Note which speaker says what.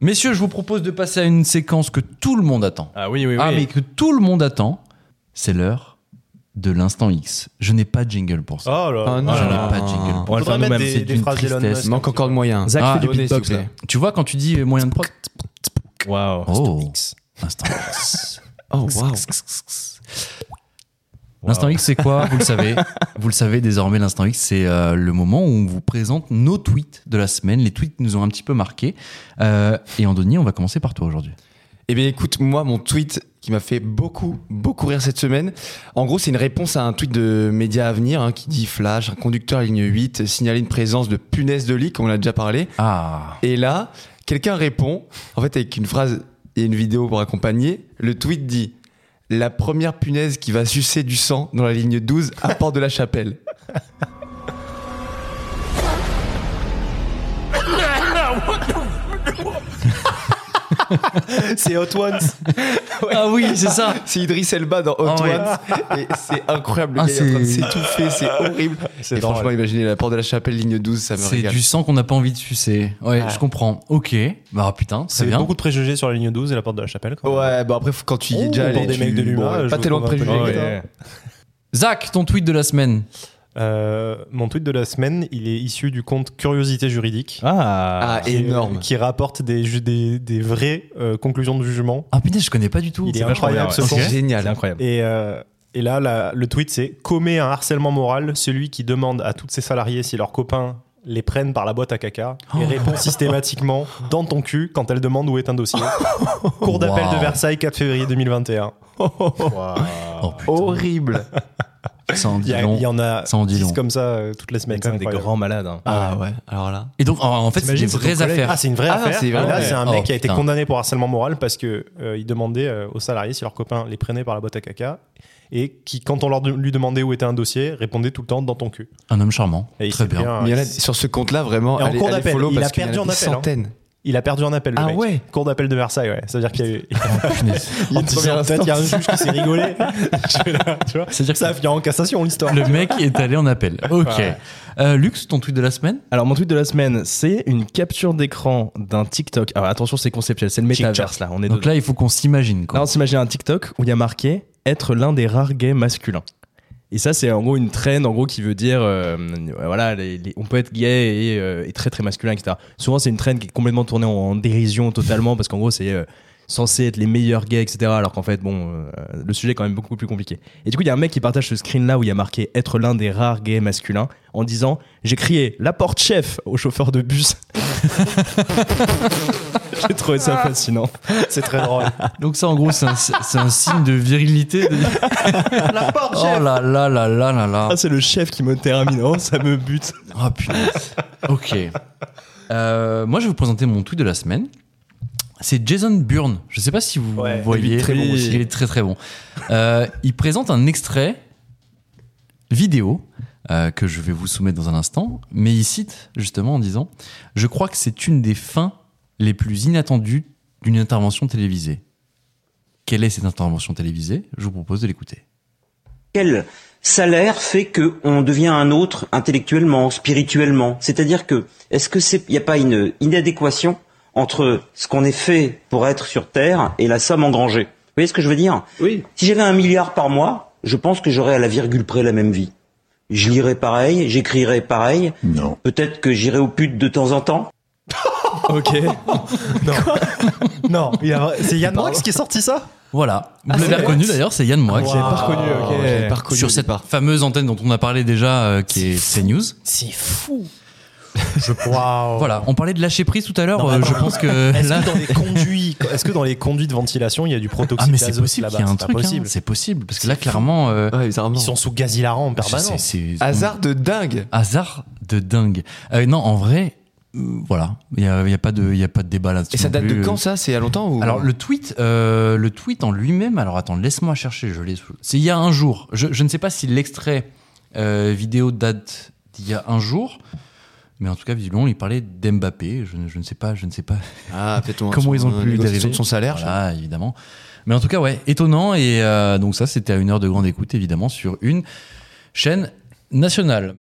Speaker 1: Messieurs, je vous propose de passer à une séquence que tout le monde attend.
Speaker 2: Ah oui, oui, oui.
Speaker 1: Ah, mais que tout le monde attend. C'est l'heure de l'instant X. Je n'ai pas de jingle pour ça.
Speaker 2: Oh là
Speaker 3: Ah,
Speaker 2: là.
Speaker 3: non.
Speaker 1: Je n'ai
Speaker 3: Ah.
Speaker 1: pas de jingle pour ça.
Speaker 3: va
Speaker 2: On
Speaker 3: le faire
Speaker 2: devrait mettre
Speaker 3: nous-mêmes,
Speaker 2: des,
Speaker 3: c'est
Speaker 2: des
Speaker 3: d'une
Speaker 2: phrases d'Elon
Speaker 3: Il
Speaker 2: Musk.
Speaker 3: manque encore de moyens.
Speaker 4: Zach
Speaker 1: Ah,
Speaker 4: fait
Speaker 3: du
Speaker 4: du beatbox.
Speaker 3: beatbox,
Speaker 4: là.
Speaker 1: Tu vois, quand tu dis moyen de prod.
Speaker 2: Waouh.
Speaker 1: Oh,
Speaker 4: X.
Speaker 1: instant X.
Speaker 3: Oh, wow.
Speaker 1: L'instant X, c'est quoi Vous le savez. Vous le savez désormais, l'instant X, c'est euh, le moment où on vous présente nos tweets de la semaine, les tweets qui nous ont un petit peu marqués. Euh, et Andoni, on va commencer par toi aujourd'hui.
Speaker 3: Eh bien, écoute, moi, mon tweet qui m'a fait beaucoup, beaucoup rire cette semaine, en gros, c'est une réponse à un tweet de Média Avenir hein, qui dit Flash, un conducteur à ligne 8 signalait une présence de punaises de lit, comme on a déjà parlé.
Speaker 1: Ah,
Speaker 3: Et là, quelqu'un répond, en fait, avec une phrase et une vidéo pour accompagner. Le tweet dit La première punaise qui va sucer du sang dans la ligne 12 à Port de la Chapelle.
Speaker 2: C'est Hot Ones.
Speaker 1: ah oui, c'est ça.
Speaker 3: C'est Idriss Elba dans Hot
Speaker 1: Ah ouais.
Speaker 3: Ones. Et c'est incroyable, le
Speaker 1: Ah,
Speaker 3: gars est en train de
Speaker 1: c'est-
Speaker 3: s'étouffer, c'est horrible.
Speaker 2: C'est
Speaker 3: Et
Speaker 2: drôle.
Speaker 3: franchement, imaginez la Porte de la Chapelle, ligne 12, ça me
Speaker 1: C'est
Speaker 3: régale.
Speaker 1: du sang qu'on n'a pas envie de sucer. Ouais, je comprends. Ok. Bah putain, c'est
Speaker 2: C'est
Speaker 1: bien.
Speaker 2: beaucoup de préjugés sur la ligne 12 et la porte de la chapelle. quand même.
Speaker 3: Ouais, bah après, faut- quand tu y es
Speaker 2: Oh,
Speaker 3: déjà
Speaker 2: pour
Speaker 3: allé,
Speaker 2: des
Speaker 3: tu-
Speaker 2: mecs de l'humain,
Speaker 3: bon,
Speaker 2: je
Speaker 3: pas
Speaker 2: vous
Speaker 3: tellement de
Speaker 2: convainc
Speaker 3: préjugés.
Speaker 2: pas.
Speaker 3: que
Speaker 2: Ouais.
Speaker 3: t'as.
Speaker 1: Zach, ton tweet de la semaine.
Speaker 2: Euh, mon tweet de la semaine, il est issu du compte Curiosité juridique.
Speaker 3: Ah,
Speaker 2: qui-
Speaker 3: énorme.
Speaker 2: Qui rapporte des, ju- des, des vraies euh, conclusions de jugement.
Speaker 1: Ah putain, je connais pas du tout.
Speaker 2: Il est
Speaker 1: C'est vachement
Speaker 2: incroyable,
Speaker 1: bien,
Speaker 2: ce
Speaker 1: ouais.
Speaker 2: sang.
Speaker 1: Ok.
Speaker 3: C'est
Speaker 4: C'est
Speaker 3: génial.
Speaker 4: incroyable.
Speaker 2: Et, euh, et là, la- le tweet, c'est Commet un harcèlement moral celui qui demande à tous ses salariés si leurs copains les prennent par la boîte à caca et
Speaker 1: Oh.
Speaker 2: répond systématiquement dans ton cul quand elle demande où est un dossier. Cour d'appel
Speaker 1: Wow.
Speaker 2: de Versailles, 4 février 2021.
Speaker 1: Oh, putain,
Speaker 3: Horrible.
Speaker 1: ça en
Speaker 2: Oh, Il
Speaker 1: dit
Speaker 2: y, a-
Speaker 1: long.
Speaker 2: il y en a
Speaker 1: Ça en dit
Speaker 2: 10
Speaker 1: long.
Speaker 2: comme ça euh, toutes les
Speaker 4: C'est
Speaker 2: semaines.
Speaker 4: quand même des
Speaker 2: c'est incroyable.
Speaker 4: grands malades. hein.
Speaker 3: Ah ouais, alors là.
Speaker 1: Et donc, en- en fait, c'est des
Speaker 2: T'imagines, ton
Speaker 1: vraies
Speaker 2: collègue.
Speaker 1: affaires.
Speaker 2: Ah, c'est une vraie
Speaker 3: Ah,
Speaker 2: affaire.
Speaker 3: c'est vrai.
Speaker 2: Là, c'est un
Speaker 1: Ouais.
Speaker 2: mec
Speaker 1: Oh,
Speaker 2: qui a été
Speaker 1: putain.
Speaker 2: condamné pour harcèlement moral parce que euh, il demandait euh, aux salariés si leurs copains les prenaient par la boîte à caca et qui, quand on leur de- lui demandait où était un dossier, répondait tout le temps dans ton cul.
Speaker 1: Un homme charmant.
Speaker 2: Et il
Speaker 1: Très
Speaker 2: s'est
Speaker 1: bien.
Speaker 2: fait un-
Speaker 3: Mais il y en a
Speaker 2: il-
Speaker 3: sur ce compte-là, vraiment,
Speaker 2: Ah, Et en
Speaker 3: allez,
Speaker 2: cours
Speaker 3: allez
Speaker 2: d'appel,
Speaker 3: follow
Speaker 2: il a
Speaker 3: parce qu'il y en
Speaker 2: perdu en
Speaker 3: des
Speaker 2: appel, hein.
Speaker 3: centaines.
Speaker 2: il a perdu un appel. le
Speaker 3: Ah
Speaker 2: mec.
Speaker 3: ouais
Speaker 2: Cour d'appel de Versailles, ouais. C'est-à-dire qu'il y a eu.
Speaker 1: Punaise.
Speaker 2: Il y a une
Speaker 3: première
Speaker 2: peut-être il y a un juge qui s'est rigolé. Je vais là, tu vois.
Speaker 1: C'est-à-dire que
Speaker 2: Ça va finir en cassation l'histoire.
Speaker 1: Le mec est allé en appel. Ok.
Speaker 2: Ouais.
Speaker 1: Euh, Lux, ton tweet de la semaine
Speaker 4: Alors mon tweet de la semaine, c'est une capture d'écran d'un TikTok. Alors attention, c'est conceptuel, c'est le métaverse là. On est
Speaker 1: Donc
Speaker 4: dedans.
Speaker 1: là, il faut qu'on s'imagine.
Speaker 4: Là,
Speaker 1: quoi.
Speaker 4: on s'imagine un TikTok où il y a marqué être l'un des rares gays masculins. Et ça, c'est en gros une traîne, en gros, qui veut dire, euh, voilà, les- les- on peut être gay et, euh, et très très masculin, etc. Souvent, c'est une traîne qui est complètement tournée en, en dérision totalement, parce qu'en gros, c'est euh, censé être les meilleurs gays, etc. Alors qu'en fait, bon, euh, le sujet est quand même beaucoup plus compliqué. Et du coup, il y a un mec qui partage ce screen là où il y a marqué être l'un des rares gays masculins, en disant, j'ai crié la porte chef au chauffeur de bus. j'ai trouvé ça fascinant.
Speaker 2: C'est très drôle.
Speaker 1: Donc ça, en gros, c'est un, c'est un signe de virilité. de- oh là là là là là là.
Speaker 4: Ah, c'est le chef qui me termine. Oh, ça me bute.
Speaker 1: Ah punaise. Ok. Euh, moi, je vais vous présenter mon tweet de la semaine. C'est Jason Byrne. Je ne sais pas si vous
Speaker 2: Ouais,
Speaker 1: voyez.
Speaker 4: lui, très bon aussi.
Speaker 1: Il est très très bon. Euh, il présente un extrait vidéo euh, que je vais vous soumettre dans un instant. Mais il cite justement en disant Je crois que c'est une des fins les plus inattendues d'une intervention télévisée. Quelle est cette intervention télévisée Je vous propose de l'écouter.
Speaker 5: Quel salaire fait que on devient un autre intellectuellement, spirituellement C'est-à-dire que est-ce que c'est il n'y a pas une inadéquation entre ce qu'on est fait pour être sur Terre et la somme engrangée Vous voyez ce que je veux dire
Speaker 6: Oui.
Speaker 5: Si j'avais un milliard par mois, je pense que j'aurais à la virgule près la même vie. Je lirais pareil, j'écrirais pareil.
Speaker 6: Non.
Speaker 5: Peut-être que j'irais aux putes de temps en temps.
Speaker 4: Ok.
Speaker 2: non, il a vrai- c'est Yann Moix qui est sorti ça
Speaker 1: Voilà. Vous
Speaker 3: Ah,
Speaker 1: l'avez
Speaker 3: c'est
Speaker 1: reconnu
Speaker 3: vrai
Speaker 1: d'ailleurs, c'est Yann Moix.
Speaker 2: Wow. pas reconnu, ok.
Speaker 3: Je l'avais pas reconnu au
Speaker 1: sur cette
Speaker 3: départ.
Speaker 1: fameuse antenne dont on a parlé déjà, euh, qui est CNews.
Speaker 2: C'est fou. Je Waouh.
Speaker 1: Voilà, on parlait de lâcher prise tout à l'heure.
Speaker 2: Non, mais
Speaker 1: euh, je
Speaker 2: attends.
Speaker 1: pense que
Speaker 2: Est-ce
Speaker 1: là,
Speaker 2: que dans les conduits, est-ce que dans les conduits de ventilation, il y a du
Speaker 1: ah
Speaker 2: protoxyde
Speaker 1: mais c'est
Speaker 2: d'azote
Speaker 1: possible
Speaker 2: là-bas
Speaker 1: qu'il y a un
Speaker 2: C'est pas
Speaker 1: truc. hein.
Speaker 2: possible.
Speaker 1: C'est possible parce que là, clairement, euh,
Speaker 3: Ouais, bizarrement.
Speaker 2: Ils sont sous gaz hilarant en
Speaker 1: c'est-
Speaker 2: permanence.
Speaker 1: c'est- on-
Speaker 3: Hasard de dingue.
Speaker 1: hasard de dingue. Euh, non, en vrai, euh, voilà, il y a, il y a pas de, il y a pas de débat là-dessus.
Speaker 3: Et ça
Speaker 1: non
Speaker 3: date
Speaker 1: plus,
Speaker 3: de
Speaker 1: euh.
Speaker 3: quand ça C'est il y a longtemps ou
Speaker 1: Alors le tweet, euh, le tweet en lui-même. Alors attends, laisse-moi chercher. Je l'ai. sous- C'est il y a un jour. Je, je ne sais pas si l'extrait euh, vidéo date d'il y a un jour, mais en tout cas visiblement il parlait d'Mbappé. Je, ne- je ne sais pas. Je ne sais pas
Speaker 3: Ah, peut-être on-
Speaker 1: comment ils ont
Speaker 3: on-
Speaker 1: pu lui
Speaker 3: négociation
Speaker 1: dériver
Speaker 3: de son salaire. je sais
Speaker 1: Voilà, évidemment. Mais en tout cas, ouais, étonnant. Et euh, donc ça, c'était à une heure de grande écoute, évidemment, sur une chaîne nationale.